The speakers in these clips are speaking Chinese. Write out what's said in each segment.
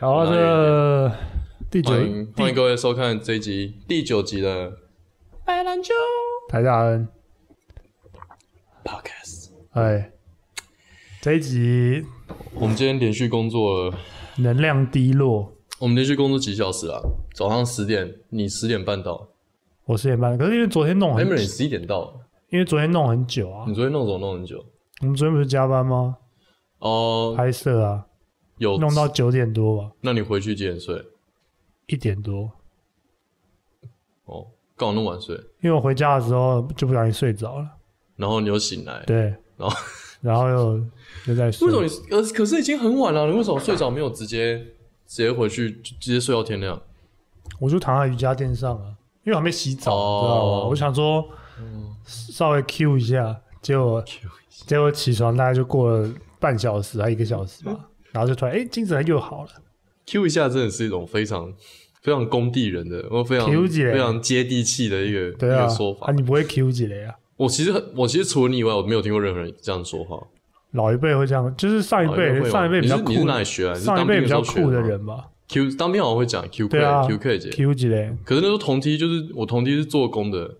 好，哪里这第九欢迎欢迎各位收看这一集第九集的白兰球台大恩， Podcast。哎，这一集我们今天连续工作了，能量低落，我们连续工作几小时啊？早上十点，你十点半到我十点半，可是因为昨天弄很， ，Emily 十一点到，因为昨天弄很久啊你，昨天弄什么弄很久？我们昨天不是加班吗？哦、拍摄啊，有弄到九点多吧，那你回去几点睡？一点多，哦，刚好那么晚睡，因为我回家的时候就不小心睡着了，然后你又醒来，对，然后然后又又在睡哦为什，么你呃可是已经很晚了，你为什么睡着没有直接直接回去，就直接睡到天亮？我就躺在瑜伽垫上啊，因为我还没洗澡，哦你嗯知道吗？我想说稍微 Q 一下，结 果结果起床大概就过了半小时还一个小时 吧，然后就突然哎、精神又好了。 Q 一下真的是一种非常非常工地人的，我非常 Q 几嘞非常接地气的一个、对一啊个说，啊法。你不会 Q 几雷啊？我其实很，我其实除了你以外，我没有听过任何人这样说话。老一辈会这样，就是上一哦你辈会吗哎上一辈比较你是你是酷哪，里学啊？你是上一当兵辈的比时较候学的酷吗的人吧 Q 当兵好像会讲 QK 对啊 QK 姐， ，Q 几雷？可是那时候同梯就是我同梯是做工的，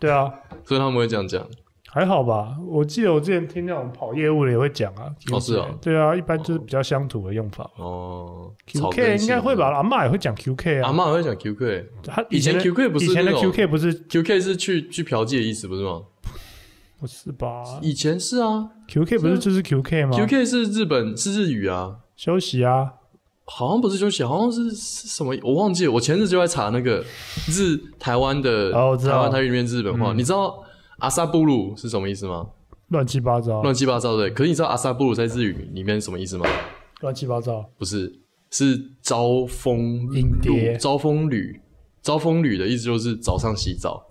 对啊，所以他们会这样讲。还好吧。我记得我之前听那种跑业务的也会讲啊，Q 哦几是嘞啊对啊，一般就是比较乡土的用法。哦草根 QK 性应该会吧，阿嬷也会讲 QK 阿啊。妈会讲 QK，QK 他以前的 QK 不是以前的那种 QK 不是是去去嫖妓的意思不是吗？不是吧以前是啊？QK 不是就是 QK 吗，QK 是日本是日语啊，休息啊，好像不是休息，好像是是什么，我忘记了。我前日就在查那个日台湾的、哦我知道嗯台湾台语里面日本话，你知道阿萨布鲁是什么意思吗？乱七八糟，乱七八糟的。可是你知道阿萨布鲁在日语里面是什么意思吗？乱七八糟。不是，是招风露阴跌招风吕，招风吕的意思就是早上洗澡。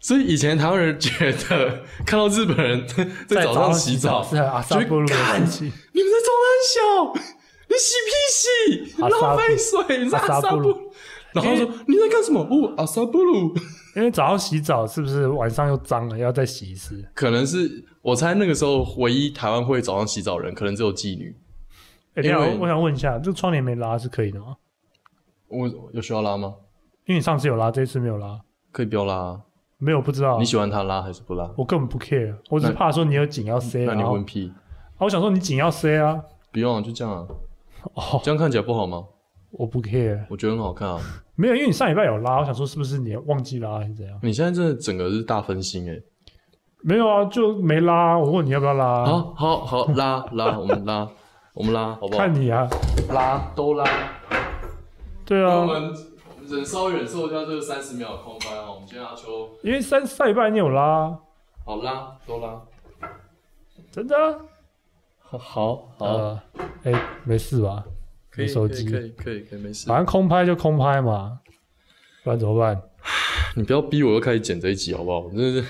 所以以前台湾人觉得看到日本人在早上洗澡，是啊阿萨布鲁的东西，你们在装很小，你洗屁洗，阿萨布浪费水，你是阿阿萨萨布布鲁。然后说你在干什么？哦，阿萨布鲁，因为早上洗澡是不是晚上又脏了，要再洗一次？可能是我猜那个时候唯一台湾会早上洗澡的人，可能只有妓女。哎，等一下因为我我想问一下，这窗帘没拉是可以的吗？我有需要拉吗？因为你上次有拉，这一次没有拉，可以不要拉啊，没有不知道你，喜欢他拉还是不拉？我根本不 care，我只是那怕说你有紧要塞，那你然后问屁，啊我想说你紧要塞啊，不用啊，就这样啊，哦，这样看起来不好吗？我不 care，我觉得很好看啊。没有，因为你上礼拜有拉，我想说是不是你忘记拉还是怎样？你现在真的整个是大分心哎、没有啊，就没拉，我问你要不要拉，好好好，拉拉，我们拉，我们拉，好不好看？你啊，拉都拉。对那啊我，们忍稍微忍受一下这三十秒的空白啊！我们今天阿秋，因为上上礼拜你有拉，好拉都拉，真的啊。好好，呃，哎、没事吧？可以，你手机可以，可以，可以，没事反。正空拍就空拍嘛，不然怎么办？你不要逼我又开始剪这一集好不好？我真的是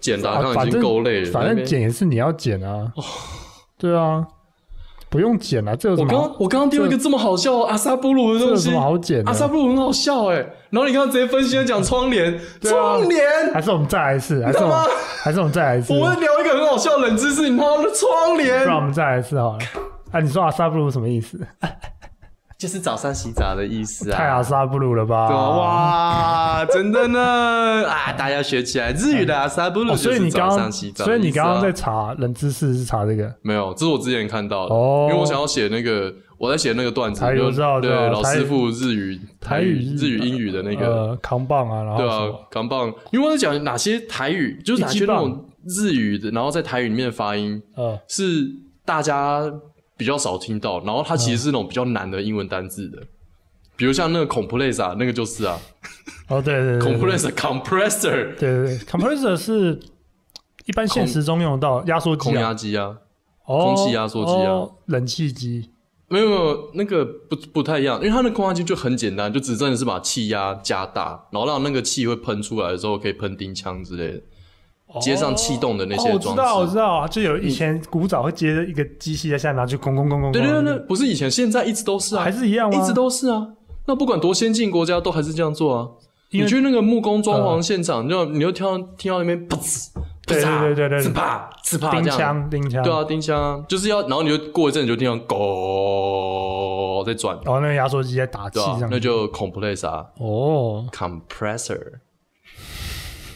剪打啊刚已反经正够累了，反在那正边。剪也是你要剪啊。 对啊，不用剪啊，这有什我么刚好？我刚刚丢一个这么好笑的阿萨布鲁的这有东什西啊么，好剪的阿？萨布鲁很好笑哎。然后你刚刚直接分析了讲窗帘，对啊窗帘，还是我们再来一次？还是我干们嘛？还是我们再来一次？我们聊一个很好笑的冷知识，你他妈的窗不帘然我们再来一次好了。啊，你说阿萨布鲁什么意思？就是早上洗澡的意思啊太阿萨布鲁了吧？对啊！哇，真的呢 啊！大家学起来日语的阿萨布鲁哦！ 就所以是你刚早刚，上洗澡所的意思啊、以你刚刚在查冷知识是查这个，没有？这是我之前看到的，哦因为我想要写那个，我在写那个段子，台语就我知道对对啊老台语师傅日语、台语日语、英语的那个，呃扛棒啊，然后对什啊么，钢棒。因为我在讲哪些台语，就是哪些一级那棒种日语的，然后在台语里面的发音呃是大家比较少听到，然后它其实是那种比较难的英文单字的，比如像那个 compressor，那个就是啊哦对对对对对，compressor compressor。对对对，compressor 是一般现实中用得到压缩空机啊，压机啊，哦空气压缩机啊哦冷气机，没有没有，那个不不太一样，因为它那空压机就很简单，就只真的是把气压加大，然后让那个气会喷出来的时候可以喷钉枪之类的，接上气动的那些哦，我装知置。道我知道啊，就有以前古早会接一个机器在下面拿去咣咣咣咣，对对对，对，不是以前，现在一直都是啊，还是一样吗？一直都是啊。那不管多先进国家都还是这样做啊。因你为去那个木工装潢现场，你就你就听到听到那边啪呲，对啪嚓对对对对呲啪呲啪钉这样，枪钉枪，对啊，钉枪啊就是要，然后你就过一阵你就听到“狗”，头在转，然后那个压缩机在打气对吧、这样子，那就 compress 啊哦， ，compressor，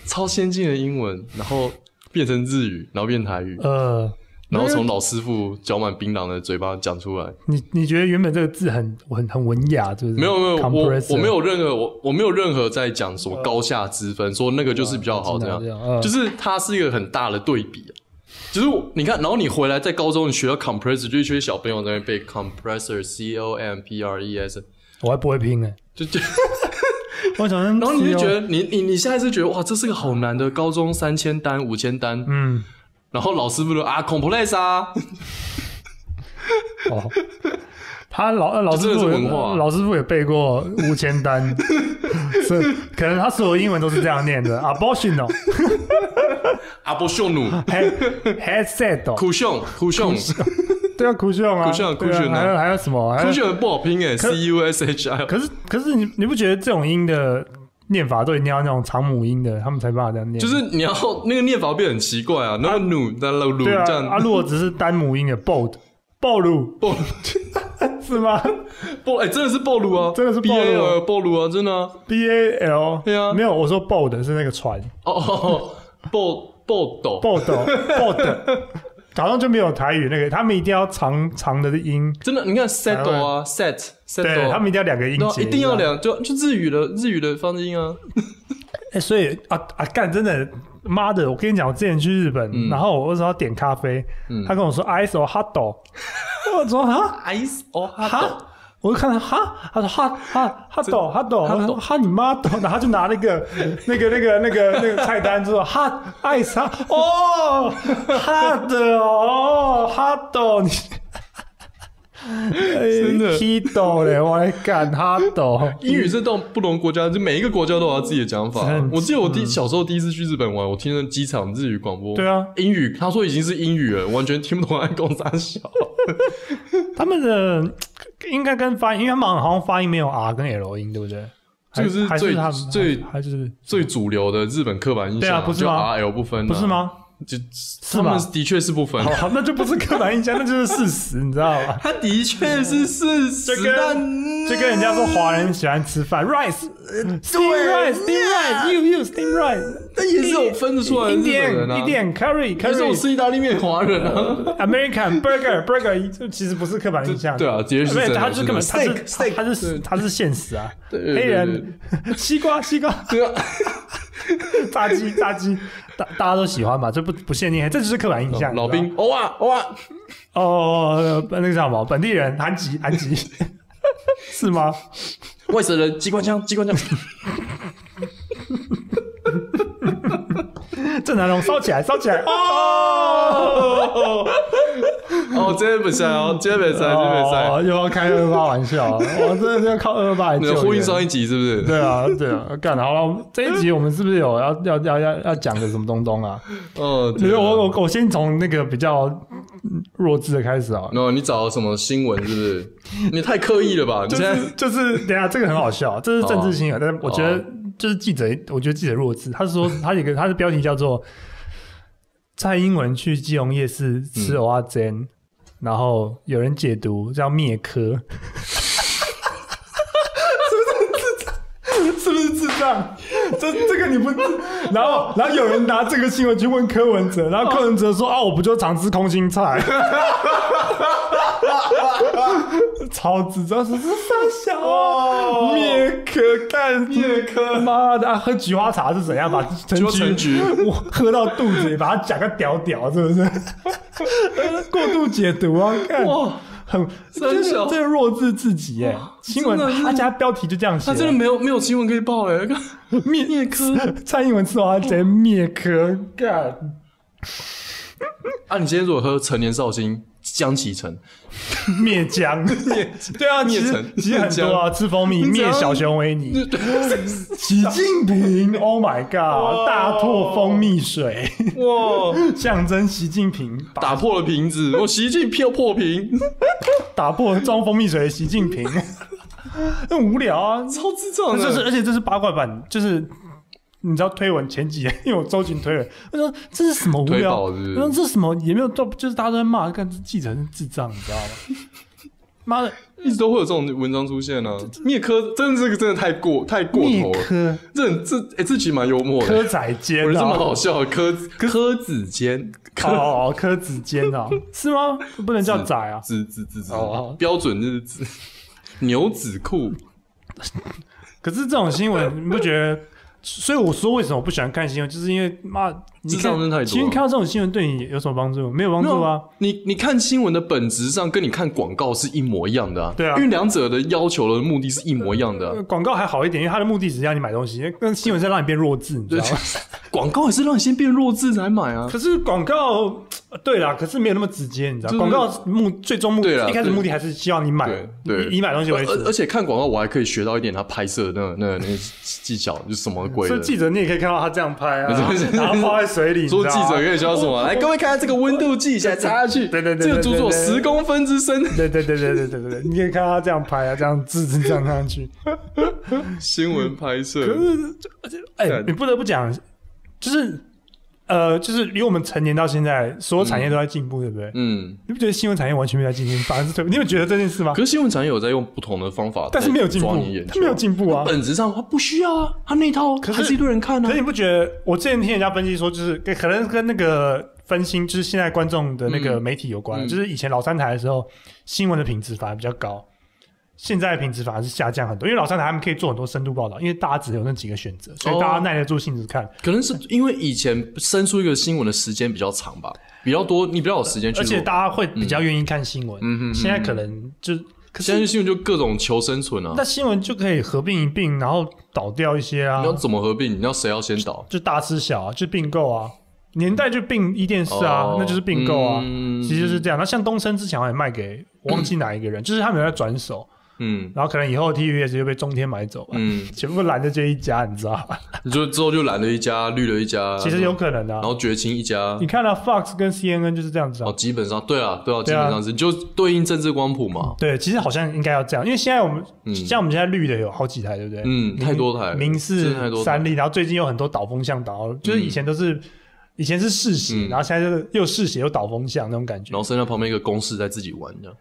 超先进的英文，然后变成日语，然后变台语，呃，然后从老师傅嚼满槟榔的嘴巴讲出来。你你觉得原本这个字很很很文雅，就是没有没有，我 compressor 嗯我没有任何我我没有任何在讲什么高下之分，说那个就是比较好这样这样这样嗯，就是它是一个很大的对比。啊就是我你看，然后你回来在高中你学到 compressor，就一群小朋友在那边背 compressor c o m p r e s，我还不会拼呢、就就我想说，然后你就觉只有得你你你下一次觉得哇，这是个好难的高中三千单五千单，嗯，然后老师傅就啊 compressor，啊 哦，他老呃老这师真的傅是也文化啊老师傅也背过无签单， 所以可能他所有英文都是这样念的 abortion 哦阿波啊秀 努，head headset 哦，酷炫酷炫对啊，cushion 啊，cushion，对啊 cushion 啊还有还有什么？还酷有炫不好拼哎可，c u s h i，可是可是你你不觉得这种音的念法都一定要那种长母音的，他们才办法这样念？就是你要那个念法变很奇怪啊，那个努那个鲁对啊这，样啊，如果只是单母音的 bold bold 暴是吗暴哎，真的是暴鲁 啊，真的是暴露 B A 啊 L 暴鲁啊，真的啊， ？b a l 对啊没有，我说 bold 是那个船哦哦哦，暴暴抖 bold bold，好像就没有台语那个，他们一定要长长的音，真的，你看 set 啊 set 对 set，他们一定要两个音对啊节，一定要你知道吗。两就就日语的日语的发音啊，哎，所以啊啊，干真的。妈的！我跟你讲，我之前去日本，嗯然后我为什么要点咖啡？嗯他跟我说 “ice or hot dog”，我说啊， ice 哦哈，我就看他哈，他说哈哈哈抖哈抖，哈我抖说哈你妈抖，然后他就拿那个那个那个那个那个菜单就说哈爱莎哦哈的哦哈抖你。 真的踢抖哎嘞！我还敢哈抖，英语是到不同国家，就每一个国家都有他自己的讲法啊真。我记得我第小时候第一次去日本玩，我听了机场日语广播，嗯对啊英语他说已经是英语了，完全听不懂他在讲啥小。他们的应该跟发音，因为他们好像发音没有 R 跟 L 音，对不对？这个是还还最他们最还还是最主流的日本刻板印象，对啊不是吗就 RL 不分、不是？吗？就他吗们的确是不分，哦啊好，那就不是刻板印象，那就是事实，你知道吗？他的确是事实啊嗯就跟但就跟人家说华人喜欢吃饭，rice，steam 嗯 rice，steam rice，you you steam rice，但也是有分得出来的一日本人点啊。一点 curry 可是我 curry 吃意大利面的华人啊， American burger burger，这其实不是刻板印象，对啊，的确不是真是，的。他就根本他真的是他他是他是现实啊，对黑人 西瓜西瓜对啊，炸鸡炸鸡，大大家都喜欢嘛，这不不限定，这就是刻板印象。老你知道吗兵，哦啊 哦啊，哦，那个叫什么本地人，韩籍韩 籍是吗？外省人，机关枪，机关枪。郑南龙烧起来烧 起来哦！哦，今天比赛哦，今天比赛，今天比赛哦，，又要开二八玩 笑，我真的是要靠二八来啊你救的援。呼应上一集是不是？对啊，对啊，干好了，这一集我们是不是有要要要要要讲个什么东东啊？哦，没 对有，啊我我我先从那个比较嗯弱智的开始啊，没有，你找什么新闻是不 是？你太刻意了吧？你就现在哦是就是，等一下这个很好笑，这是政治新闻，但是我觉得就是记者，我觉得记者弱智，他是说他有一个他的标题叫做蔡英文去基隆夜市吃蚵仔煎，嗯然后有人解读叫灭科，是不是智障？这这个你不，然后然后有人拿这个新闻去问柯文哲，然后柯文哲说啊，我不就常吃空心菜， 超智障，是是傻小哦啊，灭科干灭科，妈的，啊喝菊花茶是怎样把菊花橙橘 我喝到肚子里，把它夹个屌屌，是不是？ 过度解读啊，看哇。很，这是小这是弱智自己耶！新闻真的是他家标题就这样写啊他了，真的没有没有新闻可以报 哎、灭灭科 蔡英文吃完直接灭科，干啊！你今天如果喝成年绍兴江启程，灭江，对啊，其 灭啊实城其实很多啊，吃蜂蜜你只要灭小熊维 尼，习近平，Oh my God，大拓蜂蜜水， 哇，象征习近平打打破了瓶子，我习近平破瓶，打破装蜂蜜水的习近平， 很无聊啊， 超智障这是的。而且这是八卦版，就是你知道推文前几天， 因为我周群推文，他说这是什么无推聊，爆是不是我说这是什么也没有做，就是大家都在骂，看这记者是智障，你知道吗？妈的，一直都会有这种文章出现啊。灭科真的这个真的太过太过密头了，科这很这哎、这其实蛮幽默的，科仔我间觉得这蛮啊，好笑的。科科子坚，哦科哦，哦科子间啊，是吗？不能叫仔啊，子子子子哦哦，标准就是子牛子裤，可是这种新闻，你不觉得？所以我说为什么我不喜欢看新闻，就是因为妈，你智障看真的太多了其实看到这种新闻对你有什么帮助？没有帮没有助啊。你你看新闻的本质上跟你看广告是一模一样的啊，对啊因为两者的要求的目的是一模一样 的啊、呃广告还好一点，因为它的目的只是让你买东西，但新闻是让你变弱智，你知对 道吗？，广告也是让你先变弱智才买啊。可是广告，呃对啦，可是没有那么直接，你知道就，是广告目最终目对啦一开始对目的还是希望你买对，对以以买东西为而而主。且看广告，我还可以学到一点他拍摄的那那那个技巧，就是什么鬼所的以。记者你也可以看到他这样拍啊， 对对对然后泡在水里，你知道吗说记者可以学到什么？来，各位看看这个温度计，现在插下去，对对对对这个足足有对对对十公分之深。 对对对对对对对对，你可以看到他这样拍啊，这样字字这样上 去。新闻拍摄，可是，这这呃哎、对你不得不讲，就是呃，就是离我们成年到现在，所有产业都在进步，对不对？嗯，你不觉得新闻产业完全没有在进步，反而是退步？你有觉得这件事吗？可是新闻产业有在用不同的方法，但是没有进步抓你眼，球他没有进步啊。本质上他不需要啊，他那一套可是还是一堆人看可啊是。你不觉得？我之前听人家分析说，就是跟可能跟那个分心，就是现在观众的那个嗯媒体有关。嗯就是以前老三台的时候，新闻的品质反而比较高，现在的品质反而是下降很多。因为老三台他们可以做很多深度报道，因为大家只有那几个选择，所以大家哦耐得住性子看。可能是因为以前生出一个新闻的时间比较长吧，比较多，你比较有时间去而录。且大家会比较愿意看新闻。嗯哼嗯哼现在可能就，可现在是新闻就各种求生存啊那，新闻就可以合并一并，然后倒掉一些啊你，要怎么合并？你要谁要先倒？就大吃小啊，就并购啊，年代就并一电视啊，哦那就是并购啊，嗯其实就是这样。那像东升之前好像也卖给我忘记哪一个人，就是他们有在转手，嗯然后可能以后 TVBS 就被中天买走吧。嗯，全部拦着这一家，你知道吧？你就之后就懒了一家，绿了一家，其实有可能的、啊然。后绝清一家你，看到、Fox 跟 CNN 就是这样子啊哦，。基本上对啊，对啊，基对啊本上是你就对应政治光谱嘛，对，其实好像应该要这样，因为现在我们、嗯像我们现在绿的有好几台，对不对？嗯，太多台了，明真示的太多台三立，然后最近有很多倒风向倒，就是以前都是、以前是嗜血，嗯然后现在就是又嗜血又倒风向那种感觉然。后剩下旁边一个公式在自己玩这样，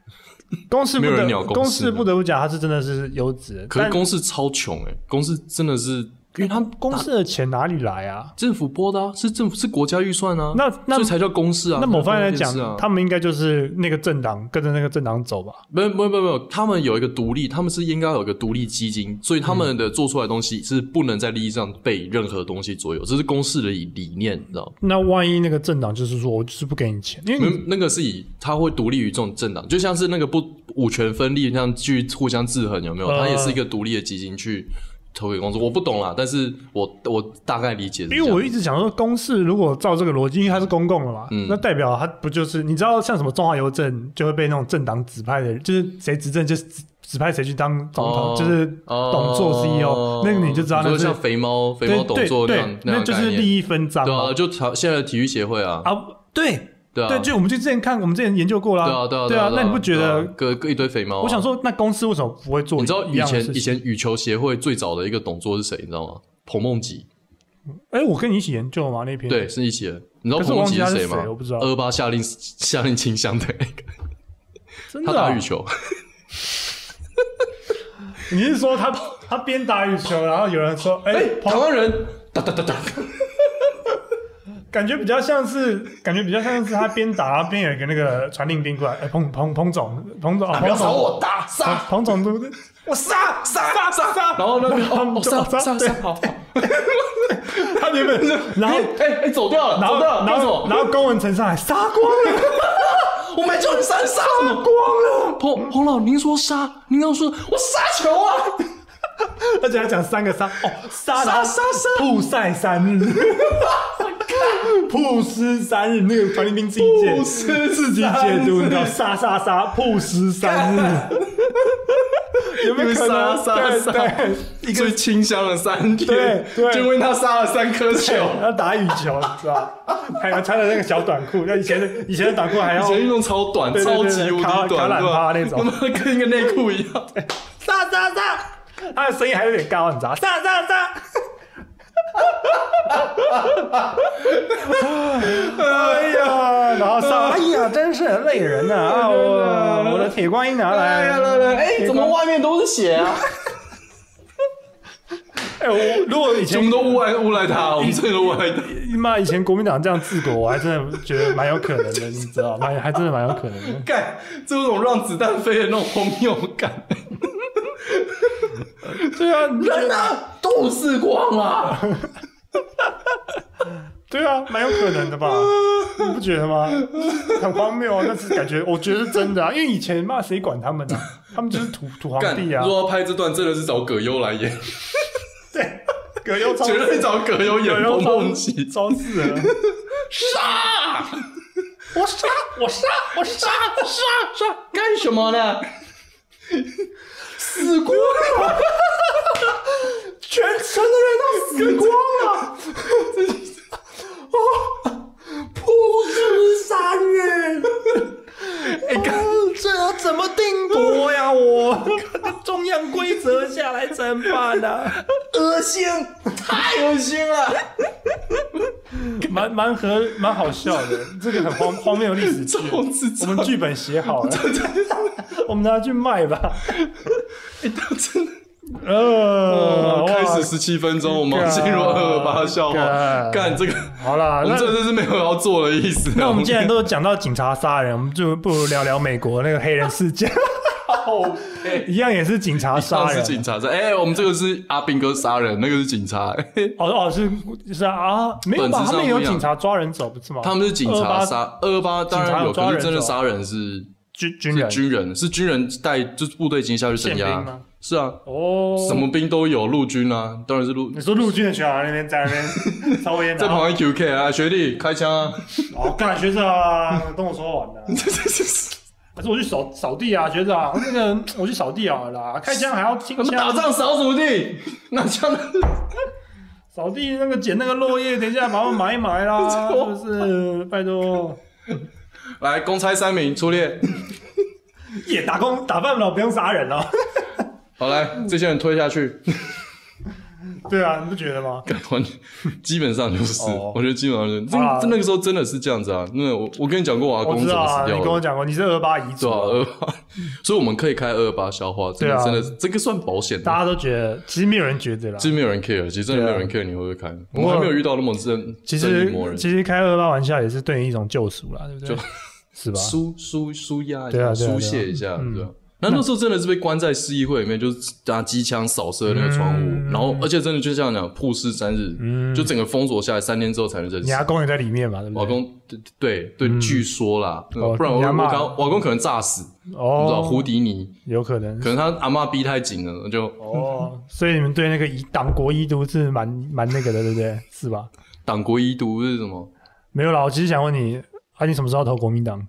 公式不没有得人鸟公公式式不得不讲，他是真的是优质的，可是但公式超穷哎，公式真的是，因为他公式的钱哪里来啊？政府拨的啊，是政府是国家预算啊，那那所以才叫公式啊。那某方面来讲才叫公，式啊他们应该就是那个政党跟着那个政党走吧？没有没有没有没有，他们有一个独立，他们是应该有一个独立基金，嗯所以他们的做出来的东西是不能在利益上被任何东西左右，这是公式的理念，你知道吗？那万一那个政党就是说我就是不给你钱，因为那你那个是以他会独立于这种政党，就像是那个不五权分立，那样去互相制衡，有没有？呃他也是一个独立的基金去投给公司，我不懂啊啦，但是我我大概理解是这因样，为我一直想说，公示如果照这个逻辑，因为它是公共的嘛，嗯那代表它不就是你知道像什么中华邮政就会被那种政党指派的，就是谁执政就是指指派谁去当总统，哦就是哦董座 CEO，那 E 个你就知道那说是像肥猫肥对猫董座那对样对，，那样的就是概念利益分赃对嘛啊，就朝现在的体育协会啊，啊，对对啊，对，就我们就之前看，我们之前研究过啦，对啊，对啊，对啊，那你不觉对啊得？各各一堆肥猫啊？我想说，那公司为什么不会做你知道一以样的事情？前以前羽球协会最早的一个董座是谁？你知道吗？彭梦吉，哎，我跟你一起研究嘛那篇，对，，是一起的。你知道可是彭我梦忘吉记他是谁吗谁？我不知道二八下令下令清乡的那个，真他的打啊羽，球，你是说他他边打羽球，然后有人说，哎，跑台湾人，哒哒哒哒，感觉比较像是，感觉比较像是他边打然后边有一个那个传令兵过来，哎、彭彭彭总，彭总，啊、彭总，我，打彭杀彭总都，我杀杀杀杀，然后那个然后哦杀杀杀对杀，好，好 他原本是， 然后，哎哎走掉了，然走后，掉了，然为什后，么然后公文呈上来，杀光了， 我没叫你杀，你杀什么？光了，彭彭老，您说杀，您刚说我杀球啊。而且还讲三个杀，哦，杀杀杀杀普赛三日， 普斯三日，那个传令兵自己解， 普斯三日自己解读，你知道，杀杀杀，普斯三日，有没有可能？杀杀杀对对 一个清香了三天，对对就因为他杀了三颗球。要打羽球，你知道？还有穿的那个小短裤，那以前的以前的短裤还要以前运动超短，对对对超对级无敌卡短，对卡懒吧？趴那种他妈跟一个内裤一样。杀杀杀，他的声音还有点高，你知道？杀杀杀，哎呀，然后上，哎呀，真是很累人呐！ 啊，我我的铁观音拿来， 哎，怎么外面都是血 啊？哎，我如果以我前们都诬赖诬赖他，我们真的诬赖他。 妈以前国民党这样治国，我还真的觉得蛮有可能 的，你知道吗？还真的蛮有可能的。干，这种让子弹飞的那种荒谬感。对啊，你人呢、都死光啊了。对啊，蛮有可能的吧？你不觉得吗？很荒谬啊！但是感觉，我觉得是真的啊，因为以前骂谁管他们呢、他们就是土土皇干，帝啊如，果要拍这段，真的是找葛优 来演，对，葛优超绝对找葛优演葛彭优梦超琪。超死 了，杀！我杀我杀我杀我杀杀！干什 么呢？死光了，全城的人都死光了， 哦不是杀人。哎、这要怎么定夺呀？ 我中央规则下来怎么办啊呢、恶心，太恶心了！ 蛮蛮和蛮好笑的，这个很荒荒谬的历史剧，从此 我之后们剧本写 好了，我们拿去卖吧。哎他真的呃，哦开哇始十七分钟，我们要进入二二八笑话。干干这个，好啦，我那们真的是没有要做的意思啊。那 我们既然都讲到警察杀人，我们就不如聊聊美国那个黑人事件，靠 背一样也是警察杀上是人。警察在，哎、我们这个是阿兵哥杀人，那个是警察，哎嘿哦哦，是是啊，啊没有本吧？质上他们也有不一样警察抓人走，不是吗？他们是警察杀二八，当然警察有，有抓可人是真的走杀人是军军人军人，是军人带就是部队已经下去镇宪兵压吗，是啊，哦，什？么兵都有，陆军啊，当然是陆，你说陆军的学啊长在那边在那边抽烟， 在然后旁边 QK 啊，学弟开枪啊， 哦，干学长，跟我说完了。还是我去扫扫地啊，学长，那个我去扫地好了啦，开枪还要清我们打枪，仗扫什么地？拿枪扫地那个捡那个落叶，等一下把我埋一埋 啦，是不是？拜托，来，公差三名出列，也打工打饭了，不用杀人啊了。好嗯来，这些人推下去，对啊，你不觉得吗？干完基本上就是，哦我觉得基本上就是，好啦这那个时候真的是这样子啊，那我我跟你讲过我阿我公知怎道么啊，死你掉跟我的。讲过，你是二八遗对族啊，啊，二八，所以我们可以开二八消化，真的、对啊真的，这个算保险的大，家都觉得，其实没有人觉得啦其。实没有人 care，其实真的没对啊有人 care 啊你会不会开，我过们还没有遇到那么正其正义实魔人，其实开二八玩笑也是对你一种救赎啦，对不对就？是吧？舒舒舒压一对啊下，对啊对疏啊泄一下，对吧？那那时候真的是被关在市议会里面，就是拿机枪扫射那个窗户，嗯然后而且真的就像讲曝尸三日，就整个封锁下来三天之后才能认你识。阿公也在里面嘛，对不瓦对？工对对对，据说啦，嗯哦不然我你阿嬷我刚瓦工可能炸死，你知道哦，胡迪尼，有可能可能他阿嬷逼太紧了，就哦，所以你们对那个遗党国遗毒是蛮蛮那个的，对不对？是吧？党国遗毒是什么？没有啦，我只是想问你，啊，你什么时候投国民 党？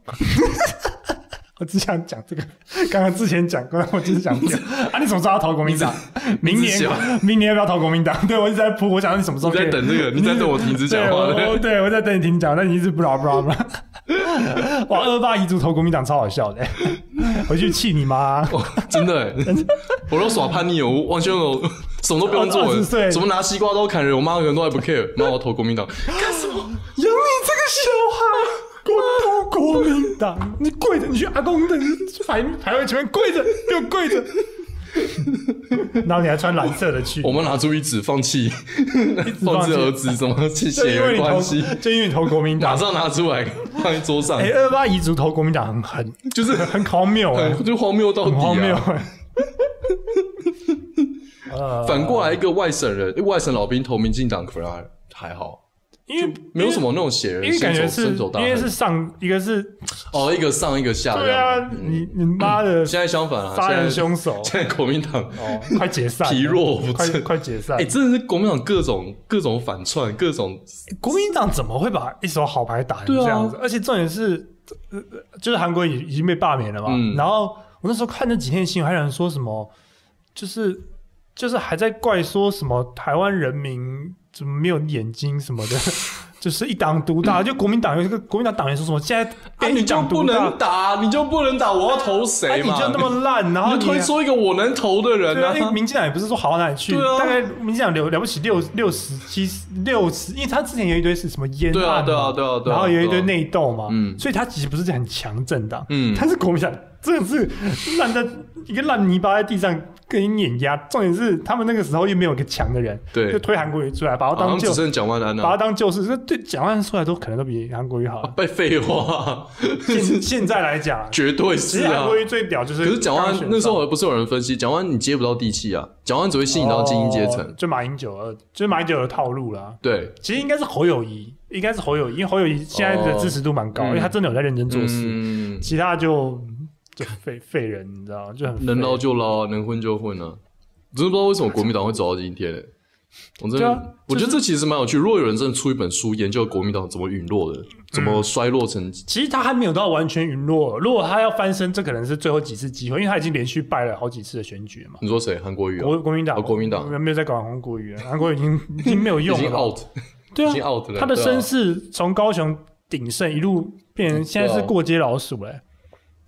我只想讲这个，刚刚之前讲过，我只是想 讲，啊，你什么时候要投国民党？明你只年想，明年要不要投国民党？对我一直在扑，我想你什么时候你可以在等这个，你在等我停止讲话嗯对，我我的。对我在等你听讲，但你一直不啦不啦不啦。 哇，二八遗族投国民党超好笑的，欸回去气你妈！哦真的欸， 我都耍叛逆哦，我完全有什么都不用做欸20岁，什么拿西瓜刀砍人，我妈可能都还不 care，妈我要投 国民党，干什么？养你这个小孩，滚到国民党！你跪着，你去阿公的排排位前面跪着，给我跪着。 然后你还穿蓝色的去，我们拿出一纸放弃，放放弃置儿子什么就是血因为缘你投关系，，就因为你投国民 马党。上拿出来放在桌上哎，，二八遗族投国民党很很就是很荒谬哎，很啊就荒谬到很荒底谬啊！哎。呃，反过来，一个外省人，哎外省老兵投民进党，可能还还好，因为没有什么那种血缘因为深感觉仇是，深仇大因为恨是上一个是，哦，一个上一个下这对样啊嘛。，嗯你你妈的现在相反了，杀人现在凶手，现在国民党哦，快解散了，疲弱不快振快解散哎、！真的是国民党各种各种反串，各种国民党怎么会把一手好牌打成对啊这样子？而且重点是，呃就是韩国已已经被罢免了嘛。嗯然后我那时候看那几天新闻，还有人说什么，就是就是还在怪说什么台湾人民怎么没有眼睛什么的， 就是一党独大，就国民党有一个国民党党员说什么，现在啊，被你一就党不独大，能打，你就不能打，我要投哎谁你嘛？就那么烂，然你后就你推出一个我能投的人对啊，因为啊。民进党也不是说好到哪里去，对啊大概民进党了了不起六六十七六十，因为他之前有一堆是什么烟对啊案嘛对啊对啊对啊然后有一堆对啊内斗嘛，嗯所以他其实不是很强政党，嗯他是国民党，真的是烂在一个烂泥巴在地上跟你碾压，重点是他们那个时候又没有一个强的人，对就推韩国瑜出来，把他好当像救只，剩蒋万安把他了，当救世，这对蒋万安出来都可能都比韩国瑜好啊， 被废话， 现现在来讲啊，绝对其是实韩啊国。瑜最屌就是可是蒋万刚安选那时上候不是有人分析，蒋万安你接不到地气啊，蒋万安只会吸引到精英阶哦层。就马英九二，就是马英九的套路啦。对，其实应该是侯友谊，应该是侯友谊，因为侯友谊现在的支持度蛮高，哦嗯因为他真的有在认真做事。嗯，其他就就废废人，你知道吗？就很废能捞就捞啊，能混就混啊。真的不知道为什么国民党会走到今天欸我对真的，啊我觉得就这其实蛮有趣。如果有人真的出一本书研究国民党怎么陨落的，嗯怎么衰落成，其实他还没有到完全陨落。如果他要翻身，这可能是最后几次机会，因为他已经连续败了好几次的选举了嘛。你说谁？韩国瑜啊，国国民党，哦国民党没有在搞韩国瑜了，啊韩国瑜已经已经没有 已用经了。 out，对已啊，经 out 了。他的对啊身世从高雄鼎盛一路变成现在是过街老鼠嘞、欸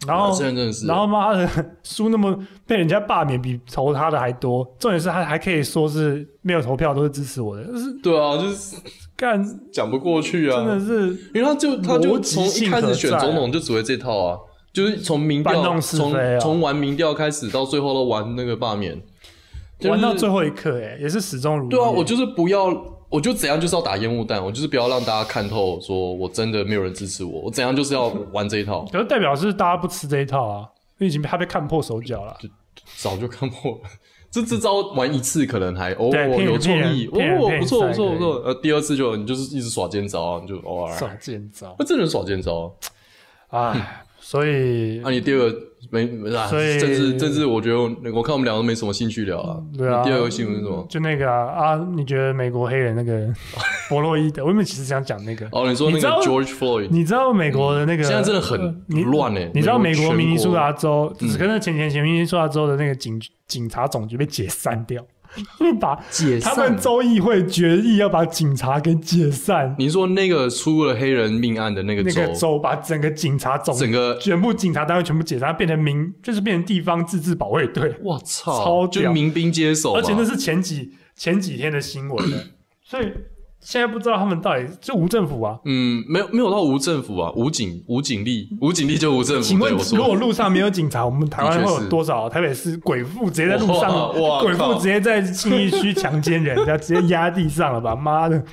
然后啊现在真的是然后妈的输那么被人家罢免比投他的还多，重点是他还可以说是没有投票都是支持我的，就是对啊，就是干讲不过去啊，真的是因为他就他就逻辑从一性开何始选在啊总统就只会这套啊，就是从民搬调弄是从非啊从玩民调开始到最后都玩那个罢免，就是玩到最后一刻哎、也是始终如一，对啊，我就是不要，我就怎样就是要打烟雾弹，我就是不要让大家看透，说我真的没有人支持我，我怎样就是要玩这一套可是代表是大家不吃这一套啊，因为已经他被看破手脚 了。早就看破了。这这招玩一次可能还哦对骗人有创意，骗人哦骗人不错骗不人错不错，呃第二次就你就是一直耍奸招啊，你就偶尔，少见招那真的很耍奸招啊。哎，所以那、你第二个啊没没啦，所以政治政治，我觉得我我看我们两个都没什么兴趣聊啊。对啊你第二个新闻是什么？就那个啊啊，你觉得美国黑人那个弗洛伊德，我原本其实想讲那个，哦，你说那你知个道 George Floyd，你知道美国的那个现在真的很呃你乱欸你知道美美国国全明尼苏国达州，只跟那前前前明尼苏达州的那个警警察总局被解散掉，因为 把嗯解他们州议会决议要把警察给解散，你说那个出了黑人命案的那个那州，个州把整个警察总整个全部警察单位全部解散，变成民就是变成地方自治保卫队，我操，超就屌民兵接手嘛，而且那是前几前几天的新闻了，所以现在不知道他们到底就无政府啊。嗯，没有没有到无政府啊，无警无警 力，无警力就无政府。请问，对我说如果路上没有警察，我们台湾的确会是有多少台北市鬼妇直接在路哇哇上， 鬼靠妇直接在信义区强奸人家，直接压地上了吧？妈的，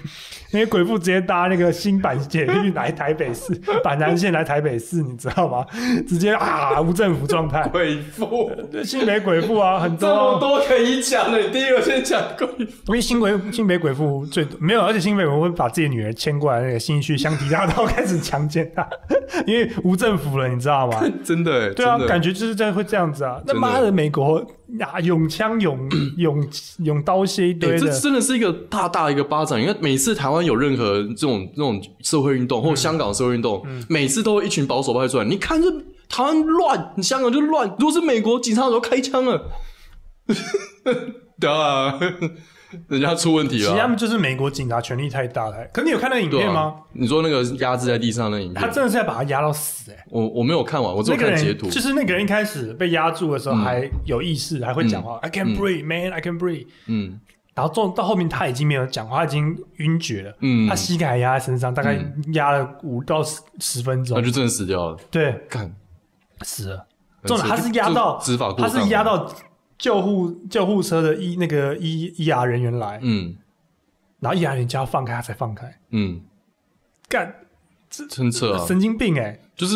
那些鬼妇直接搭那个新板捷运来台北市，板南线来台北市，你知道吗？ 直接啊，无政府状态，鬼父，新北鬼妇啊，很多这么啊，多可以讲的，你第一个先讲鬼父。因为新鬼新北鬼妇最多没有，而且新北鬼妇会把自己的女儿牵过来那个新义区香堤大道开始强奸她， 因为无政府了，你知道吗？真的欸，对啊真，的感觉就是在会这样子啊。那真的妈的，美国呀，用枪、 用用用刀械一欸堆这的，真的是一个大大一个巴掌。你看，每次台湾有任何这种这种社会运动，或香港社会运动，每次都有一群保守派出来。你看这台湾乱，你香港就乱。如果是美国，警察都开枪 了，对啊， 人家出问题其实他了。啊们就是美国警察权力太大了。可你有看那个影对片啊吗？，你说那个压制在地上那影他片，真的是要把他压到死哎、欸我我没有看完，我只有那个看截人图。就是那个人一开始被压住的时候还有意识，还会讲话、i can breathe, man, I can breathe。嗯，然后到到后面他已经没有讲话，他已经晕厥了。嗯他膝盖还压在身上，大概压了五到十十分他钟。就真的死掉了。对，看，死了。很重点扯他是压到呃就执法过他当是压到救护救护车的医那个医医 R 人员来，嗯然后医 R 人员叫他放开，他才放开。嗯，干，真扯啊！神经病哎、就是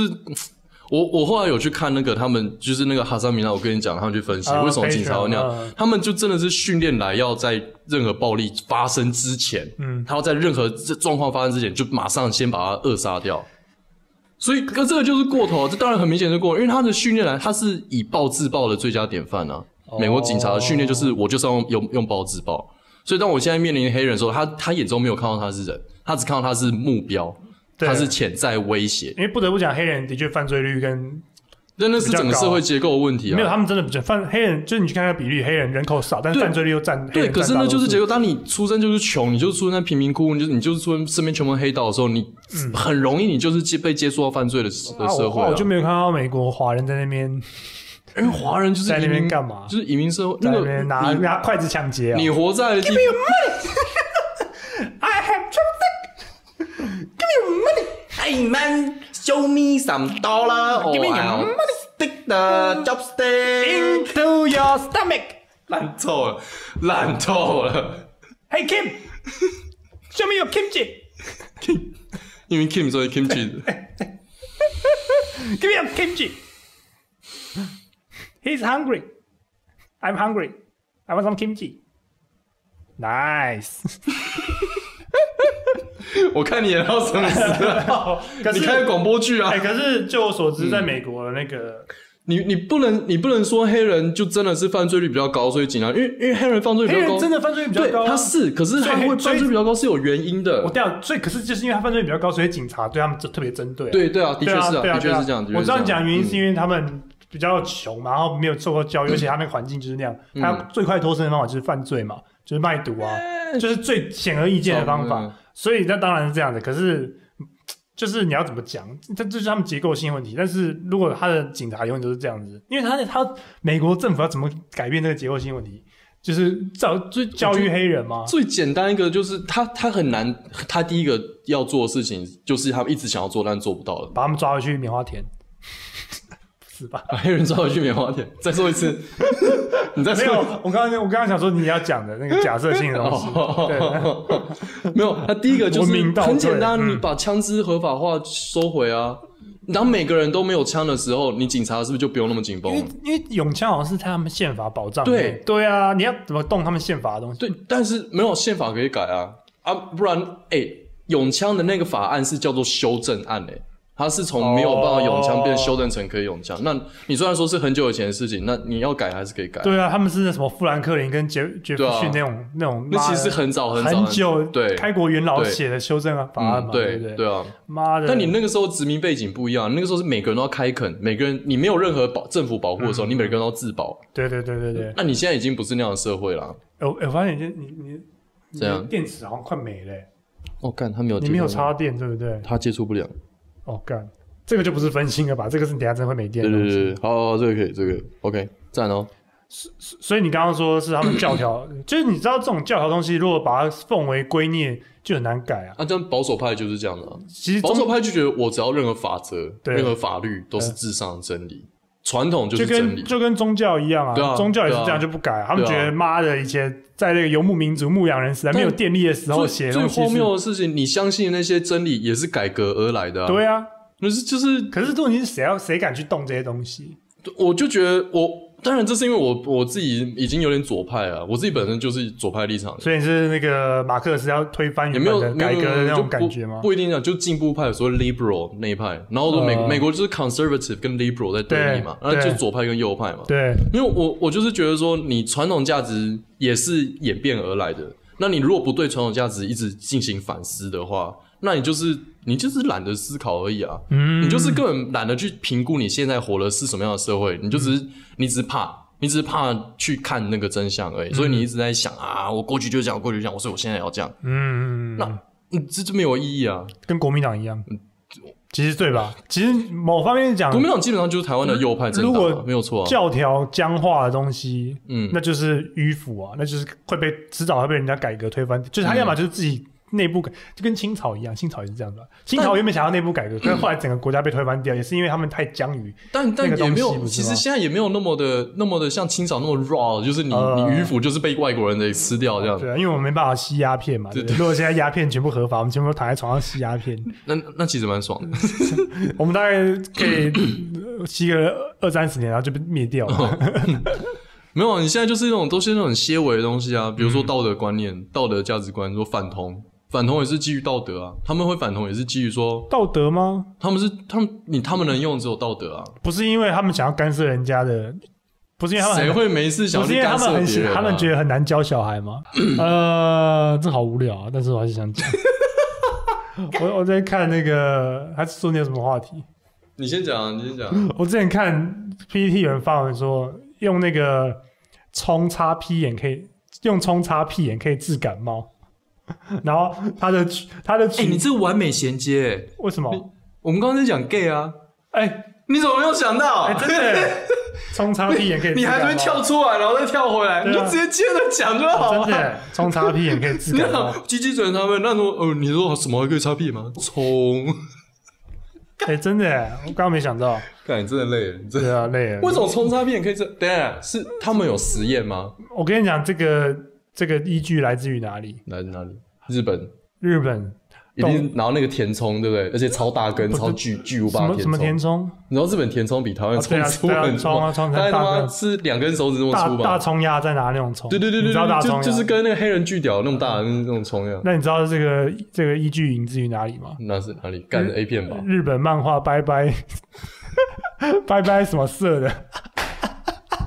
我我后来有去看那个他们就是那个哈萨米娜，我跟你讲，他们去分析啊嗯为什么警察会那非样常，他们就真的是训练来要在任何暴力发生之前，嗯，他要在任何这状况发生之前就马上先把他扼杀掉。所以，可这个就是过头，这当然很明显是过头，因为他的训练来，他是以暴制暴的最佳典范啊。哦美国警察的训练就是我就是要用用用暴制暴，所以当我现在面临黑人的时候，他他眼中没有看到他是人，他只看到他是目标，对他是潜在威胁。啊因为不得不讲，黑人的确犯罪率跟但那是整个社会结构的问题啊。没有，他们真的比较犯黑人，就是你去看看比例，黑人人口少，但是对犯罪率又占黑对，人可是占大那就多是数结果。当你出生就是穷，你就出生在贫民窟，你就你就是出生身边穷人黑道的时候，你很容易你就是接被接触到犯罪的时嗯的啊，社我会、啊。我就没有看到美国华人在那 边因为华人就是在那移民边干嘛就是移民社会，在那那个边拿你拿筷子抢劫啊。你活在的地方， I have trouble. Hey man, show me some dollar or Give me your I'll stick the chopstick. Into your stomach. 烂透了，烂透了。 Hey Kim, show me your kimchi. 因为 Kim 所以 Kimchi， Give me your kimchi. He's hungry. I'm hungry. I want some kimchi. Nice. 我看你演到什么时候？ 可你看是，广播剧啊哎，？可是就我所知，在美国的那个，你你不能你不能说黑人就真的是犯罪率比较高，所以警察，因为因为黑人犯罪率黑比较人高，真的犯罪率比较对高啊。他是，可是他所以会所以犯罪比较高是有原因的我。掉，所以可是就是因为他犯罪率比较高，所以警察对他们特别针对啊。对对啊，的对确啊，是对啊，的确对啊是这样。的确我是知道你这样讲的原因嗯是因为他们比较穷嘛，然后没有受过教育，而且他那个环境就是那样。嗯他最快脱身的方法就是犯罪嘛，就是卖毒啊，就是最显而易见的方哎嗯法。所以那当然是这样的，可是。嗯就是你要怎么讲，这这是他们结构性问题。但是如果他的警察永远都是这样子，因为他他美国政府要怎么改变这个结构性问题，就是教就教育黑人嘛。最简单一个就是他他很难，他第一个要做的事情就是他们一直想要做但做不到的。把他们抓回去棉花田， 是吧？把 黑人抓回去棉花田，再说一次， 你再 没说有一次。，我刚刚我刚刚想说你要讲的那个假设性的东西，对，哦， 没有。他第一个就文是明倒退很简单，嗯你把枪支合法化收回啊。当每个人都没有枪的时候，你警察是不是就不用那么紧绷因了为？因为永枪好像是他们宪法保障的，对对啊，你要怎么动他们宪法的东西？对，但是没有宪法可以改啊啊，不然哎、永枪的那个法案是叫做修正案哎、它是从没有办法永枪变哦修正成可以永枪。那你虽然说是很久以前的事情，那你要改还是可以改。对啊，他们是那什么富兰克林跟杰杰弗逊那种那种啊那妈的，其实很早很早很久对开国元老对写的修正啊法案嗯嘛，对不对？对啊。妈的，但你那个时候殖民背景不一样，那个时候是每个人都要开垦，每个人你没有任何保政府保护的时候，你每个人都要自保。对对对对对，那你现在已经不是那样的社会了。哎我哎我发现你你你你怎样的电池好像快没了欸，哦，干，他没有，你没有，插电对不对？他接触不良。哦干，这个就不是分心了吧？这个是你等一下真的会没电对的对东对西。对，好好，好这个可以，这个 OK，赞哦。所以你刚刚说是他们教 条，就是你知道这种教条东西，如果把它奉为圭臬，就很难改啊。啊，这样保守派就是这样的啊、其实保守中派就觉得我只要任何法则、对任何法律都是至上的真理，传统就就是真跟理。就跟宗教一样对啊啊，宗教也是这对样啊就不改啊。他们对啊觉得妈的，以前在那个游牧民族、牧羊人时代但没有电力的时候写最的最东西荒是，谬的事情，你相信的那些真理也是改革而来的、啊。对啊。那是就是，可是问题是谁要谁敢去动这些东西？我就觉得我当然这是因为我我自己已经有点左派啊，我自己本身就是左派立场的。所以是那个马克思要推翻也原没本有的没有改革的没那有就种不感觉吗？不一定啊，就进步派，所谓 liberal 那一派，然后美、呃美国就是 conservative 跟 liberal 在对立嘛，对那就对左派跟右派嘛。对，因为我我就是觉得说，你传统价值也是演变而来的。那你如果不对传统价值一直进行反思的话，那你就是你就是懒得思考而已啊。嗯你就是根本懒得去评估你现在活的是什么样的社会，你就只是、嗯你只是怕。你只是怕去看那个真相而已，所以你一直在想啊，我过去就这样，我过去就这样，所以我现在也要这样，嗯，那嗯，这就没有意义啊。跟国民党一样，其实对吧？其实某方面讲国，民党基本上就是台湾的右派政党啊如啊、果没有错啊。教条僵化的东西，嗯，那就是迂腐啊，那就是会被迟早会被人家改革推翻。就是他嗯要么就是自己内部改，就跟清朝一样，清朝也是这样的啊。清朝原本想要内部改革，可是嗯后来整个国家被推翻掉，也是因为他们太僵于。但但那个也没东西有，不是其实吗现在也没有那么的那么的像清朝那么 raw，就是你、呃你迂腐就是被外国人给吃掉这样。对啊，因为我们没办法吸鸦片嘛。对不对如果现在鸦片全部合法，我们全部都躺在床上吸鸦 片，那那其实蛮爽的。我们大概可以呃吸个二三十年，然后就被灭掉了。没有，你现在就是那种都是那种些微的东西啊，比如说道德观念、道德价值观，说反同，反同也是基于道德啊。他们会反同也是基于说道德吗？他们是他们你他们能用的只有道德啊，不是因为他们想要干涉人家的，不是因为他们谁很会没事想不要是因为去他们干涉很别喜人、啊？他们觉得很难教小孩 吗？呃，这好无聊啊！但是我还 是想讲。我我在看那个，还是说你有什么话题？你先讲啊，你先讲啊。我之前看 PPT 有人发文说，用那个冲擦屁眼可以用冲擦屁眼可以治感 冒，然后他的他的哎、举、你这完美衔接、欸，为什么？我们刚刚在讲 gay 啊，哎你怎么没有想到？哎、真的 冲擦屁眼可以治啊你感冒，还没跳出来，然后再跳回来，对啊你就直接接着讲就好了。真的冲擦屁眼可以治你 感冒好，，鸡鸡嘴他们，那说，哦、你说什么还可以擦屁吗？冲！哎、真的，我刚刚没想 到，看你真的累了，你真的。对啊，累了。为什么冲擦片可以这？等一啊下是他们有实验吗？我跟你讲，这个这个依据来自于哪里？来自哪里？日本日本一定拿那个填充，对不对？而且超大根、不是超巨巨无什霸么的什么填充。充？你知道日本填充比台湾啊对充啊粗对啊很冲啊多， 冲大概他大妈根是两根手指那么大粗大吧？冲压在拿那种冲？对对对你对知道大啊对，冲压就就是跟那个黑人巨屌那么大的那种冲呀。那你知道这个这个依据引自于哪里吗？那是哪里干嗯的 A 片吧？日本漫画拜拜 拜拜什么色的，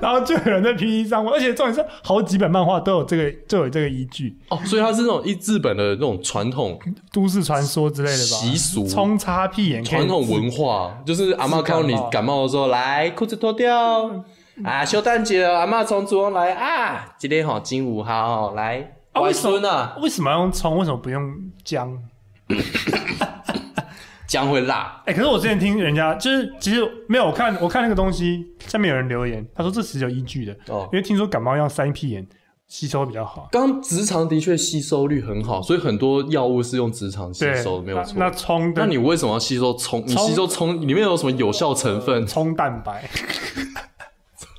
然后就有人在 PPT 上问，而且重点是好几本漫画都有这个就有这个依据，哦，所以它是那种一日本的那种传统都市传说之类的吧，习俗冲擦屁眼可以传统治文化，就是阿妈是看到你感冒感冒的时候，来裤子脱掉啊，圣诞节了，阿妈从厨房来啊，今天好金五号来啊外为什么孙啊，为什么要用葱？为什么不用姜？姜会辣，哎、可是我之前听人家就是，其实没有我看我看那个东西，下面有人留言，他说这是有依据的，哦因为听说感冒要塞屁眼吸收比较好。刚直肠的确吸收率很好，所以很多药物是用直肠吸对，收的，没有错那。那葱的那你为什么要吸收葱？你葱吸收葱里面有什么有效成分？葱蛋 白，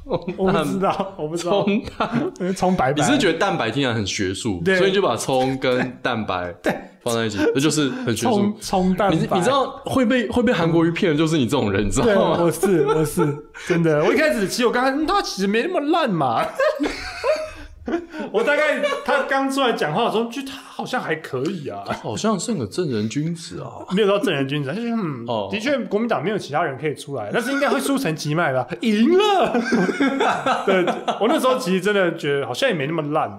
我不知道，我不知道，葱 蛋，葱白白，你是觉得蛋白听起来很学术，对所以你就把葱跟蛋白放在一起，这就是很学术葱。葱蛋白？你你知？道会被会被韩国瑜骗的就是你这种人，你知对，道吗？我是我是真 的，我一开始其实我刚嗯刚他其实没那么烂嘛。 我大概他刚出来讲话的时候，就他好像还可以 啊。好像是个正人君子啊。 没有到正人君子，就是嗯，哦的确国民党没有其他人可以出来，但是应该会输成其脉吧，赢了。 对，我那时候其实真的觉得好像也没那么烂啊，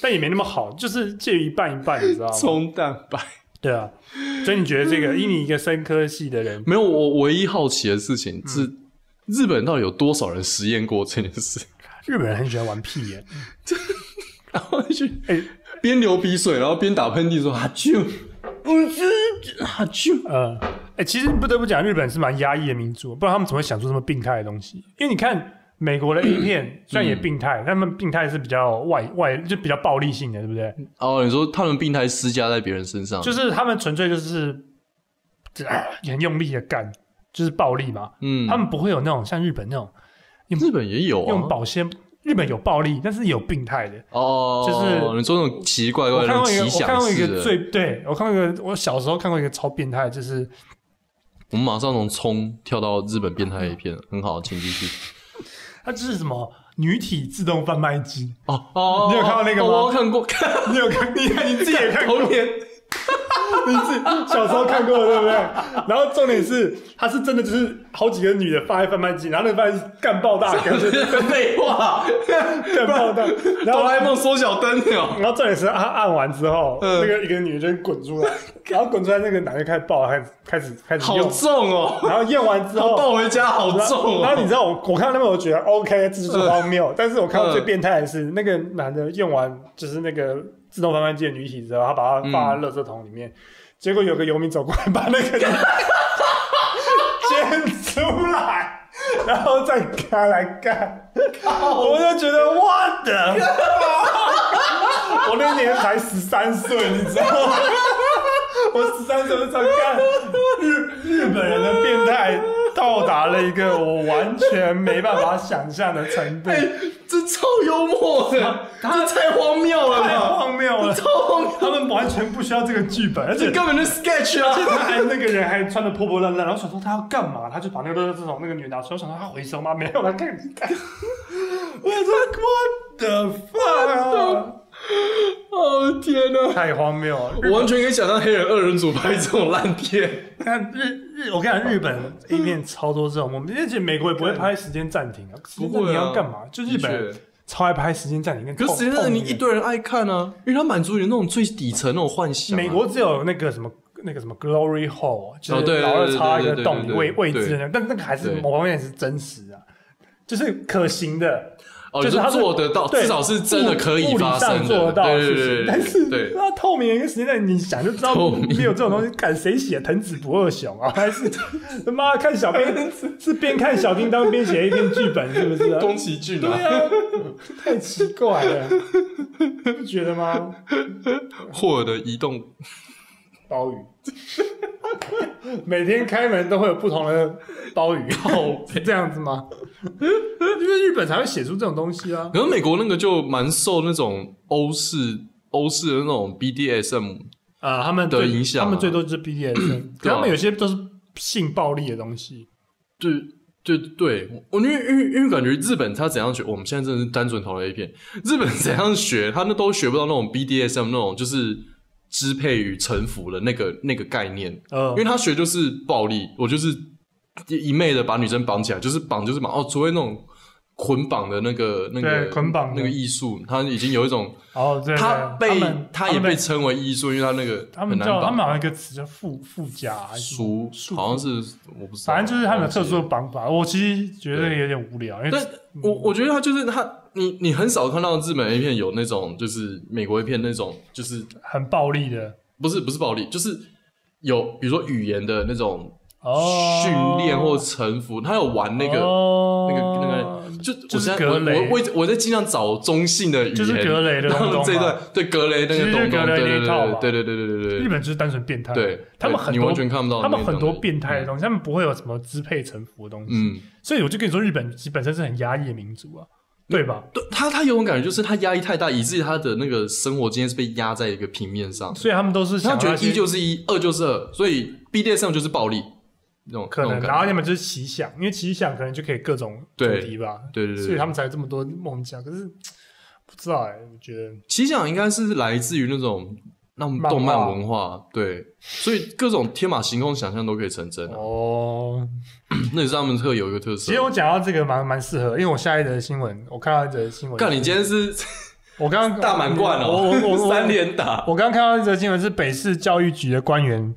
但也没那么好，就是介于一半一半，你 知道吗？葱蛋白对啊，所以你觉得这个以你一个生科系的人，没有，我唯一好奇的事情是，日本到底有多少人实验过这件事？日本人很喜欢玩屁眼，然后去哎、边流鼻水，然后边打喷嚏说哈啾，我是哈啾。呃，哎、其实不得不讲，日本是蛮压抑的民族，不然他们怎么会想出这么病态的东西？因为你看美国的 A 片，虽然也病态，但他们病态是比较外外，就比较暴力性的，对不对？哦，你说他们病态施加在别人身上，就是他们纯粹就是、啊很用力的干，就是暴力嘛。嗯，他们不会有那种像日本那种日本也有啊，用保鲜。日本有暴力，但是有病态的。哦，就是你说那种奇怪怪我的看那种过一个，奇我想看过一式个的，最对我看过一个，我小时候看过一个超变态，就是我们马上从葱跳到日本变态 A 片，很好，请继续。它就是什么女体自动贩卖机，哦哦，你有看到那个吗哦我有看过，看你有看？你你自己也看过？童年。你自己小时候看过对不对？然后重点是，它是真的就是好几个女的放在贩卖机，然后那个贩卖机干爆大根， 废话，干爆 大，然后梦缩小灯了。然后重点是他按完之后，嗯那个一个女的就滚出 来，然后滚出来那个男的开始抱，开始开始开始好用，重哦，然后用完之后，回家好然后重然后你哦。知道我我看到那边我觉得 OK，这就是荒谬，但是我看到嗯最变态的是那个男的用完就是那个自动贩卖机的女体之后，他把嗯它放在垃圾桶里面，结果有个游民走过来把那个 捡出来，然后再拿来干，我就觉得 what the。我那年才十三岁，你知道吗？ 我十三岁就在看日日本人的变态到达了一个我完全没办法想象的程 度，哎，这超幽默的，这太荒谬了太吧？荒谬啊了。超荒谬，他们完全不需要这个剧本，而且这根本就是 sketch 啊！他还那个人还穿的破破烂烂，然后想说他要干嘛，他就把那个垃圾桶那个女的拿出来，我想说他回收吗？没有，他看你看，我说 what the fuck，啊哦天哪，太荒谬了。我完全可以想象黑人二人组拍这种烂片。看日日，我跟你讲，日本 A 嗯片超多这种，我们而且美国也不会拍时间暂停啊。时间暂停要干嘛？就日本的人确超爱拍时间暂停跟可痛。是实际上痛你一点堆人爱看啊，因为它满足你那种最底层那种幻想啊。美国只有那个什么那个什么 Glory Hole，就哦对是老二对对插一对个对洞对位位对置的那个，但那个还是对某方面是真实啊，就是可行的。哦，就是你他说做得到，对至少是真的可物以物理发上生的，做得到的对事情，对对但对是对，那透明的一个时间段，你想就知道透明没有这种东西。看谁写藤子不二雄啊？还是 他妈看小兵是边看小叮当边写一篇剧本，是不是、啊？宫崎骏对啊，啊，太奇怪了，你不觉得吗？霍尔的移动，鲍鱼，每天开门都会有不同的鲍鱼， 是这样子吗？因为日本才会写出这种东西啊。可能美国那个就蛮受那种欧式欧式的那种 BDSM 啊，他们的最影响啊他们最多就是 BDSM，可对啊他们有些都是性暴力的东西。对对对，我因为因为因为感觉日本他怎样学，我们现在真的是单纯讨论 A 片。日本怎样学，他那都学不到那种 BDSM 那种就是支配与臣服的那个那个概念，呃因为他学就是暴力，我就是一一昧的把女生绑起来，就是绑就是绑哦，除非那种捆绑的那个那个对捆绑的那个艺术，他已经有一种哦，对，他对被们他也被们称为艺术，因为他那个他很们难叫他绑们好像有一个词叫附附加还是什么，赎，束缚好像是我不知道，反正就是他们有特忘记了殊的嗯绑法。我其实觉得有点无聊，因为但我我觉得他就是他，你你很少看到日本 A 片有那种就是美国 A 片那种，就是很暴力的不是不是暴力，就是有比如说语言的那种哦，训练或臣服，他有玩那个、哦那个那个，就就是我现在格我雷我我一直我在尽量找中性的语言，就是格雷的然东东后嘛这一段对格雷那其实就是个东东，格雷对那一套嘛对对对对对对日对本就是单纯变态，对，他们很你多完全看不到那他种，们很多变态的东西，他们不会有什么支配臣服的东西。嗯。所以我就跟你说，日本其实本身是很压抑的民族啊，对吧？对他，他有种感觉，就是他压力太大，以至于他的那个生活经验是被压在一个平面上。所以他们都是想他要觉得那些一就是一，二就是二，所以 BDSM 就是暴力那种可那能，种然后感要觉。么就是奇想，因为奇想可能就可以各种主对题吧，对对对，所以他们才有这么多梦想。可是不知道哎、我觉得奇想应该是来自于那种那种动漫文化，对，所以各种天马行空想象都可以成真、啊。哦，那也是他们特有一个特色其实。我讲到这个蛮蛮适合，因为我下一则新闻，我看到一则新闻，干，你今天 是我刚刚大满贯我我我哦，我 三连打，我刚刚看到一则新闻，是北市教育局的官员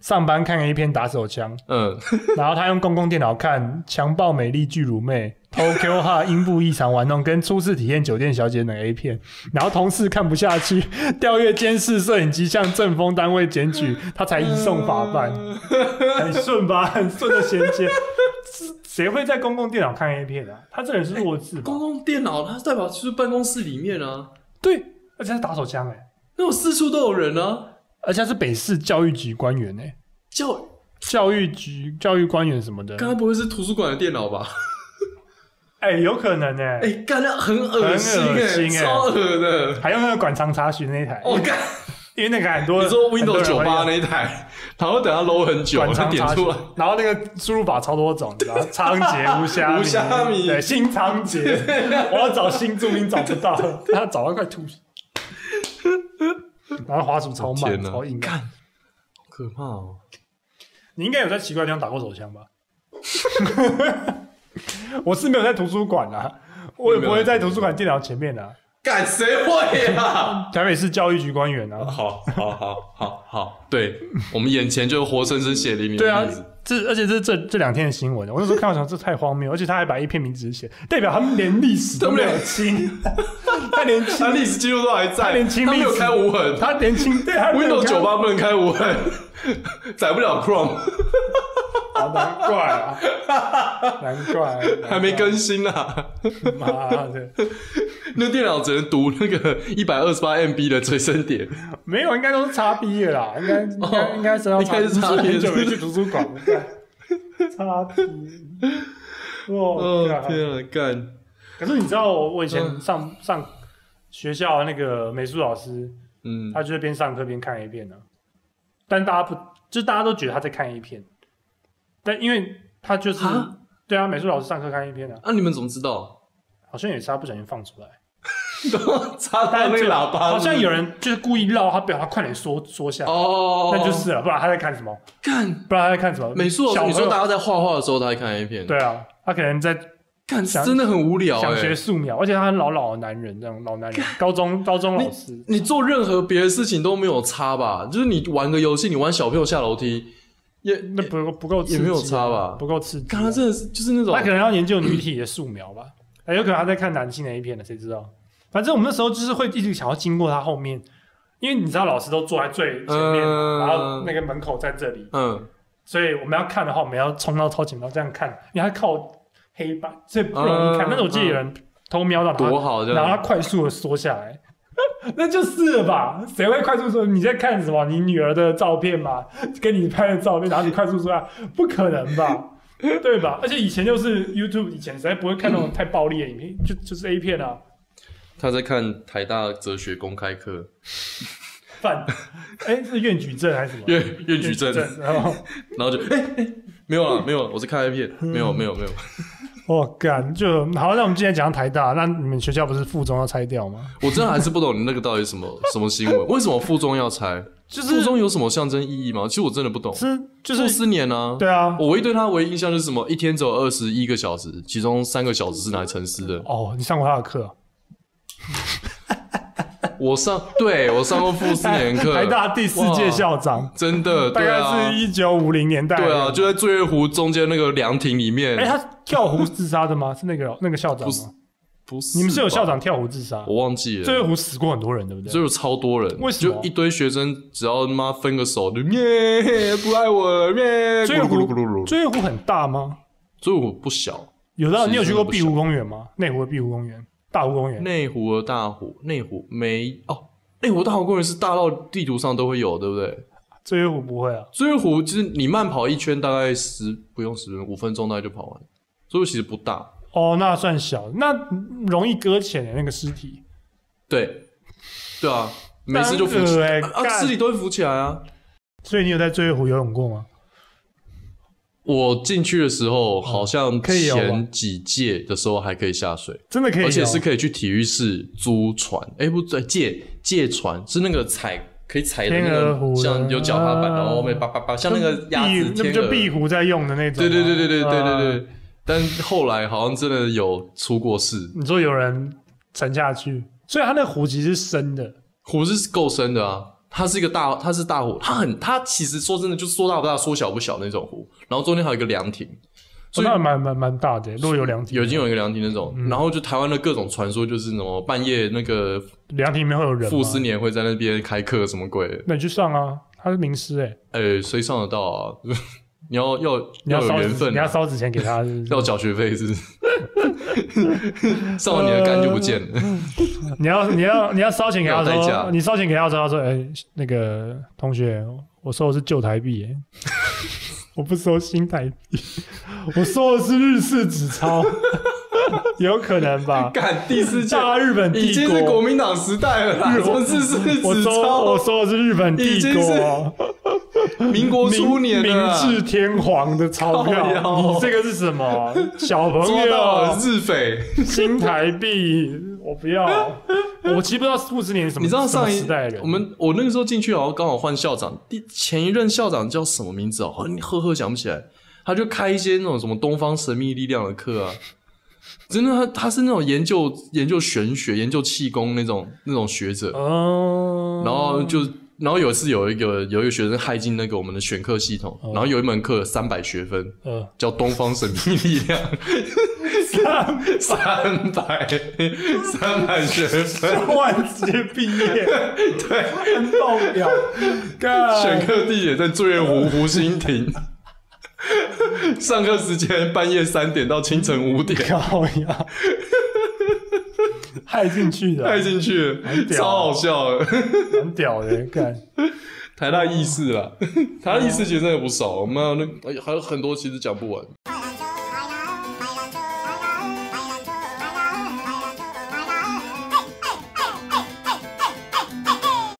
上班看 A 片打手枪， 嗯， 然后他用公共电脑看强暴美丽巨乳妹、偷 Q 哈、阴部异常玩弄跟初次体验酒店小姐等 A 片，然后同事看不下去， 调阅监视摄影机向政风单位检举，他才移送法办。嗯很顺 吧，很顺的衔接。 谁会在公共电脑看 A 片啊？他这人是弱智吧公？共电脑它代表就是办公室里面啊，对，而且他是打手枪哎、那种四处都有人啊，而且他是北市教育局官员哎、叫教育局教育官员什么的。刚才不会是图书馆的电脑吧？哎、有可能哎、 哎，干，那很恶心很恶哎，心欸超恶 的，还用那个管仓查询那一台，我干。因为那个很多你说 Windows 九八那那一台， 然后等它 load 很久，管它仓 点啊查询出来，，然后那个输入法超多种，然 后仓颉、无虾米、无虾米对，新仓 颉，我要找新注音找不到，他找到快吐血。然后滑鼠超慢，天哪超硬的。干，好可怕哦！你应该有在奇怪的地方打过手枪吧？ 我是没有在图书馆啊，我也不会在图书馆电脑前面啊。干谁会啊？台北市教育局官员啊， 好好好好好，对我们眼前就活生生血淋淋对啊的例子。，这而且这这这两天的新闻，我那时候看到想这太荒谬，而且他还把一篇名字写，代表他们连历史都没有清， 他连它 清历史记录都还在，它连清它没有历史开无痕他连清对他没有，Windows 看九八不能开无痕， 载不了 Chrome， 好难怪啊，难怪还没更新啊。妈的，那电脑只能读那个一百二十八 MB 的随身碟。没有，应该都是叉 B 的啦，应该应该应该是要哦应该是叉 XB 很久没去图书馆了，叉 B， 哦哦，干天啊，干！可是你知道我我以前嗯上上学校那个美术老师。嗯，他就是边上课边看 A 片呢、啊但大家不，就是大家都觉得他在看 A 片，但因为他就是啊对啊，美术老师上课看 A 片啊，那你们怎么知道？ 好像也是他不小心放出来，插到那个喇叭，好像有人就是故意绕他表，他快点缩缩下，哦，那就是了，不然他在看什么？看不然他在看什么？美术老小师，朋你友说大家在画画的时候，他在看 A 片，对啊，他可能在看想真的很无聊、欸。想学素描，而且他很老老的男人，这样老男人，高中高中老师，你做任何别的事情都没有差吧？就是你玩个游戏，你玩小朋友下楼梯，也那不够不够刺激啊，也没有差吧不够刺激啊。看他真的是就是那种他可能要研究女体的素描吧，哎，有可能他在看男性的 A 片呢，谁知道？反正我们那时候就是会一直想要经过他后面，因为你知道老师都坐在最前面嘛，嗯然后那个门口在这里，嗯所以我们要看的话，我们要冲到超前面然后这样看，因为他靠黑板，所以不容易看。嗯但是我记得有人偷瞄到他，多好这然后他样。快速的缩下来， 那就是了吧？谁会快速说你在看什么？你女儿的照片吗？跟你拍的照片，然后你快速说啊，不可能吧？对吧？而且以前就是 YouTube，以前实在不会看那种太暴力的影片，就就是 A 片啊，他在看台大哲学公 开课，犯，哎、是院举证还是什么？越越举证，然后然后就哎、哎没有了，没有了，我是看 A 片，没有没有没有，我哦干、就好。那我们今天讲台大，那你们学校不是附中要拆掉吗？我真的还是不懂你那个到底是什么什么新闻？为什么附中要拆？就是附中有什么象征意义吗？其实我真的不懂。是就就是是四年啊，对啊。我唯一对他唯一印象就是什么，一天只有二十一个小时，其中三个小时是拿来沉思的。哦，你上过他的课哦？我上， 对我上过副四年课，台大第四届哇校长，真的，大对概啊是，一九五零年代。对啊，，就在醉月湖中间那个凉亭里面。哎，他跳湖自杀的吗？是 那个那个校长不是吗？不是，你们是有校，长跳湖自杀？我忘记醉月了。湖死过很多人，对不就对？有超多人，为什么就一堆学生，只要妈分个手，就咩不爱我了咩，醉月咕噜咕噜咕噜湖，咕噜。醉月湖很大吗？所以我不小，有到其实你有去过真的不碧小湖公园吗？内湖的碧湖公园、大湖公园，内湖和大湖，内湖没哦，内湖大湖公园是大到地图上都会有，对不对？醉月湖不会啊。醉月湖就是你慢跑一圈，大概十不用十分钟，五分钟大概就跑完，所以其实不大。哦，那算小，那容易搁浅的那个尸体，对，对啊，没事就浮单起个来欸啊，干尸体都会浮起来啊。所以你有在醉月湖游泳过吗？我进去的时候，好像嗯可以游吗前几届的时候还可以下水，真的可以，啊而且是。可以去体育室租船，哎、不对，借借船是那个踩可以踩的那天鹅湖个，的像有脚踏板，啊然后后面叭叭叭，像那个鸭壁子虎那不天鹅就，壁虎在用的那种对吗？对对对对对啊对。对。但后来好像真的有出过事，你说有人沉下去，所以它那湖其实是深的，湖是够深的啊，它是一个大，它是大湖，它很，它其实说真的，就是说大不大，说小不小那种湖。然后中间还有一个凉亭，所所以以哦那蛮蛮蛮大的。如果有凉亭，有已经有一个凉亭那种。嗯然后就台湾的各种传说，就是什么半夜那个凉亭里面会有人吗傅斯年会在那边开课什么鬼的，那你去上啊，他是名师哎、哎，谁上得到啊？ 你要要你要有烧缘纸，分你啊、要烧纸钱给他是不是要缴学费是 不是？上呃了你的肝就不见了。你要你要你要烧钱给他要有代价说，你烧钱给他说，他说，哎、那个同学，我收的是旧台币、 欸，我不收新台币，我收的是日式纸钞， 有可能吧？干第四届大日本帝 已经是国国，民党时代了啦，日什么是是我纸收钞哎我？收的是日本帝已经是国。民国初年明的啦明治天皇的钞靠票，腰你这个是什么？小朋抓到友了，日匪。新台币，我不要。我其实不知道傅斯年是什么，你知道什么上一时代的人，我们我那个时候进去好像刚好换校长，第前一任校长叫什么名字哦？好像赫赫想不起来。他就开一些那种什么东方神秘力量的课啊，真的他他是那种研究研究玄学、研究气功那种那种学者，嗯，然后就然后有一次有一个有一个学生害进那个我们的选课系哦统，然后有一门课三百学分，呃，叫东方神秘力量，三百三百学分，突然直接毕业，对，很爆表，选干，课地点在醉月湖湖心亭。上课时间半夜三点到清晨五点，高 呀，害进去带的，进去了屌啊超好笑的。很屌的，干，台大意识啊，台大意识其实真的不少，我们还有那还有很多其实讲不完。